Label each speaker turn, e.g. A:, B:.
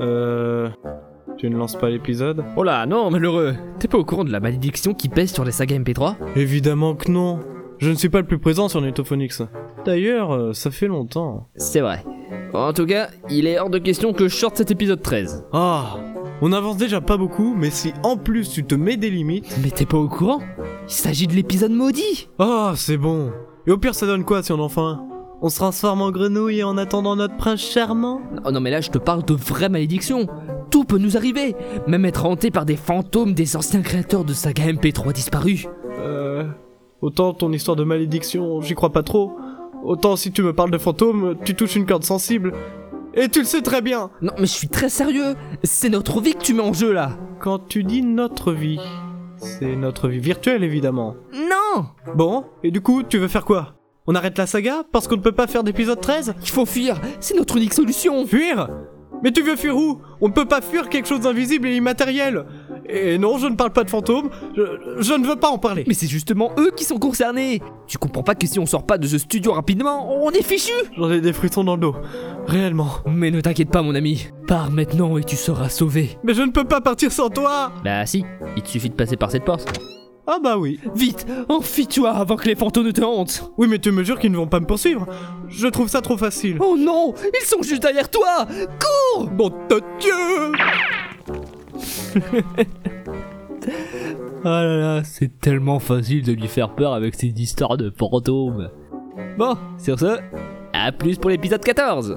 A: Euh. Tu ne lances pas l'épisode
B: Oh là, non, malheureux T'es pas au courant de la malédiction qui pèse sur les sagas MP3
A: Évidemment que non Je ne suis pas le plus présent sur Netophonix. D'ailleurs, euh, ça fait longtemps.
B: C'est vrai. En tout cas, il est hors de question que je sorte cet épisode 13.
A: Ah On avance déjà pas beaucoup, mais si en plus tu te mets des limites.
B: Mais t'es pas au courant Il s'agit de l'épisode maudit
A: Ah, c'est bon Et au pire, ça donne quoi si on en fait un On se transforme en grenouille en attendant notre prince charmant
B: Oh non, mais là, je te parle de vraie malédiction Tout peut nous arriver Même être hanté par des fantômes des anciens créateurs de saga MP3 disparus
A: Euh. Autant ton histoire de malédiction, j'y crois pas trop. Autant si tu me parles de fantômes, tu touches une corde sensible. Et tu le sais très bien
B: Non, mais je suis très sérieux C'est notre vie que tu mets en jeu là
A: Quand tu dis notre vie, c'est notre vie virtuelle évidemment.
B: Non
A: Bon, et du coup, tu veux faire quoi On arrête la saga parce qu'on ne peut pas faire d'épisode 13
B: Il faut fuir C'est notre unique solution
A: Fuir Mais tu veux fuir où On ne peut pas fuir quelque chose d'invisible et immatériel Et non, je ne parle pas de fantômes, je, je ne veux pas en parler.
B: Mais c'est justement eux qui sont concernés Tu comprends pas que si on sort pas de ce studio rapidement, on est fichu
A: J'en ai des frissons dans le dos, réellement.
B: Mais ne t'inquiète pas mon ami, pars maintenant et tu seras sauvé.
A: Mais je ne peux pas partir sans toi
B: Bah si, il te suffit de passer par cette porte.
A: Ah bah oui.
B: Vite, enfuis-toi avant que les fantômes ne te hantent
A: Oui, mais tu me jures qu'ils ne vont pas me poursuivre Je trouve ça trop facile.
B: Oh non, ils sont juste derrière toi Cours
A: Bon de Dieu
B: Ah là là, c'est tellement facile de lui faire peur avec cette histoire de fantômes. Bon, sur ce, à plus pour l'épisode 14